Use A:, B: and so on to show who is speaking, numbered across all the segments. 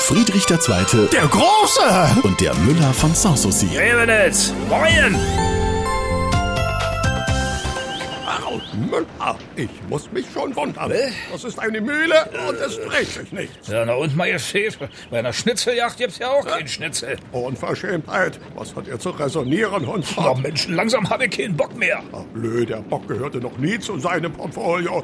A: Friedrich II.
B: Der Große!
A: und der Müller von Sanssouci.
B: Revenitz! Moin!
C: Au, Müller, ich muss mich schon wundern. Das ist eine Mühle und es dreht sich nichts.
B: Ja, na und, Majestät, bei einer Schnitzeljagd gibt's ja auch keinen Schnitzel.
C: Unverschämtheit. Was hat ihr zu resonieren,
B: Oh
C: Hundsfahrt?
B: Mensch, langsam habe ich keinen Bock mehr.
C: Lö, der Bock gehörte noch nie zu seinem Portfolio.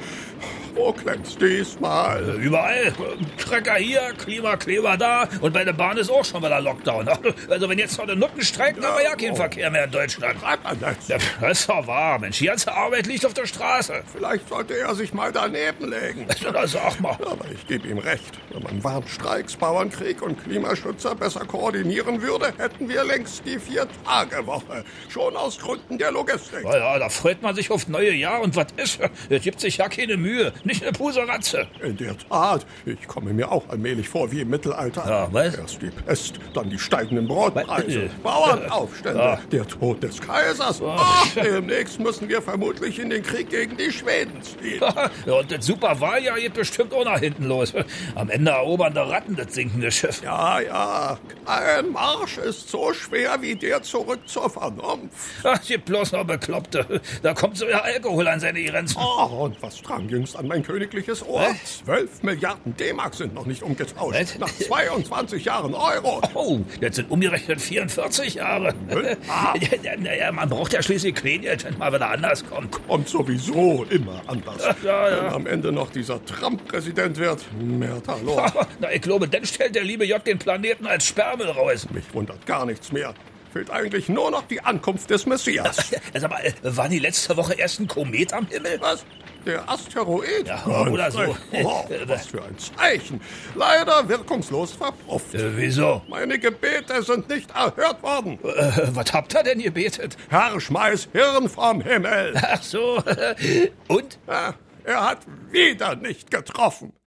C: Wo klemmt's diesmal?
B: Überall. Trecker hier, Klimakleber da und bei der Bahn ist auch schon wieder Lockdown. Also wenn jetzt noch eine Nutten streiken, haben wir ja keinen
C: oh.
B: Verkehr mehr in Deutschland.
C: Schreibt an das.
B: Ja, Das ist doch wahr, Mensch. Die ganze Arbeit liegt auf der Straße.
C: Vielleicht sollte er sich mal daneben legen.
B: Na, sag mal.
C: Aber ich gebe ihm recht. Wenn man Warnstreiks, Bauernkrieg und Klimaschützer besser koordinieren würde, hätten wir längst die Vier-Tage-Woche. Schon aus Gründen der Logistik.
B: Na ja, da freut man sich aufs neue Jahr und was ist? Es gibt sich ja keine Mühe. Nicht eine Puseratze.
C: In der Tat. Ich komme mir auch allmählich vor wie im Mittelalter.
B: Ja, was?
C: Erst die Pest, dann die steigenden Brotpreise,
B: Was?
C: Bauernaufstände,
B: Ja.
C: der Tod des Kaisers. Ah, demnächst müssen wir vermutlich in den Krieg gegen die Schweden ziehen.
B: Ja, und das Superwahljahr geht bestimmt auch nach hinten los. Am Ende erobern der Ratten das sinkende Schiff.
C: Ja, ja, kein Marsch ist so schwer wie der zurück zur Vernunft.
B: Ach, die bloß noch Bekloppte. Da kommt so der Alkohol an seine Grenzen.
C: Oh, und was drang jüngst an mein königliches Ohr? Zwölf Milliarden D-Mark sind noch nicht umgetauscht.
B: Was?
C: Nach 22 Jahren Euro.
B: Oh, jetzt sind umgerechnet 44 Jahre.
C: Ah.
B: Ja, naja, man braucht ja schließlich Kredit, wenn mal wieder anders kommt.
C: Und sowieso immer anders.
B: Ja, ja.
C: Wenn am Ende noch dieser Trump-Präsident wird, Mertalo.
B: Na, ich glaube, dann stellt der liebe J den Planeten als Sperrmüll raus.
C: Mich wundert gar nichts mehr. Fehlt eigentlich nur noch die Ankunft des Messias.
B: Sag mal, äh, war die letzte Woche erst ein Komet am Himmel?
C: Was? Der Asteroid?
B: Ja, oder so.
C: Oh, was für ein Zeichen. Leider wirkungslos verpufft.
B: Äh, wieso?
C: Meine Gebete sind nicht erhört worden.
B: Äh, was habt ihr denn gebetet?
C: Herr, schmeiß Hirn vom Himmel. Ah,
B: Ach so. Und?
C: Ja, Er hat wieder nicht getroffen.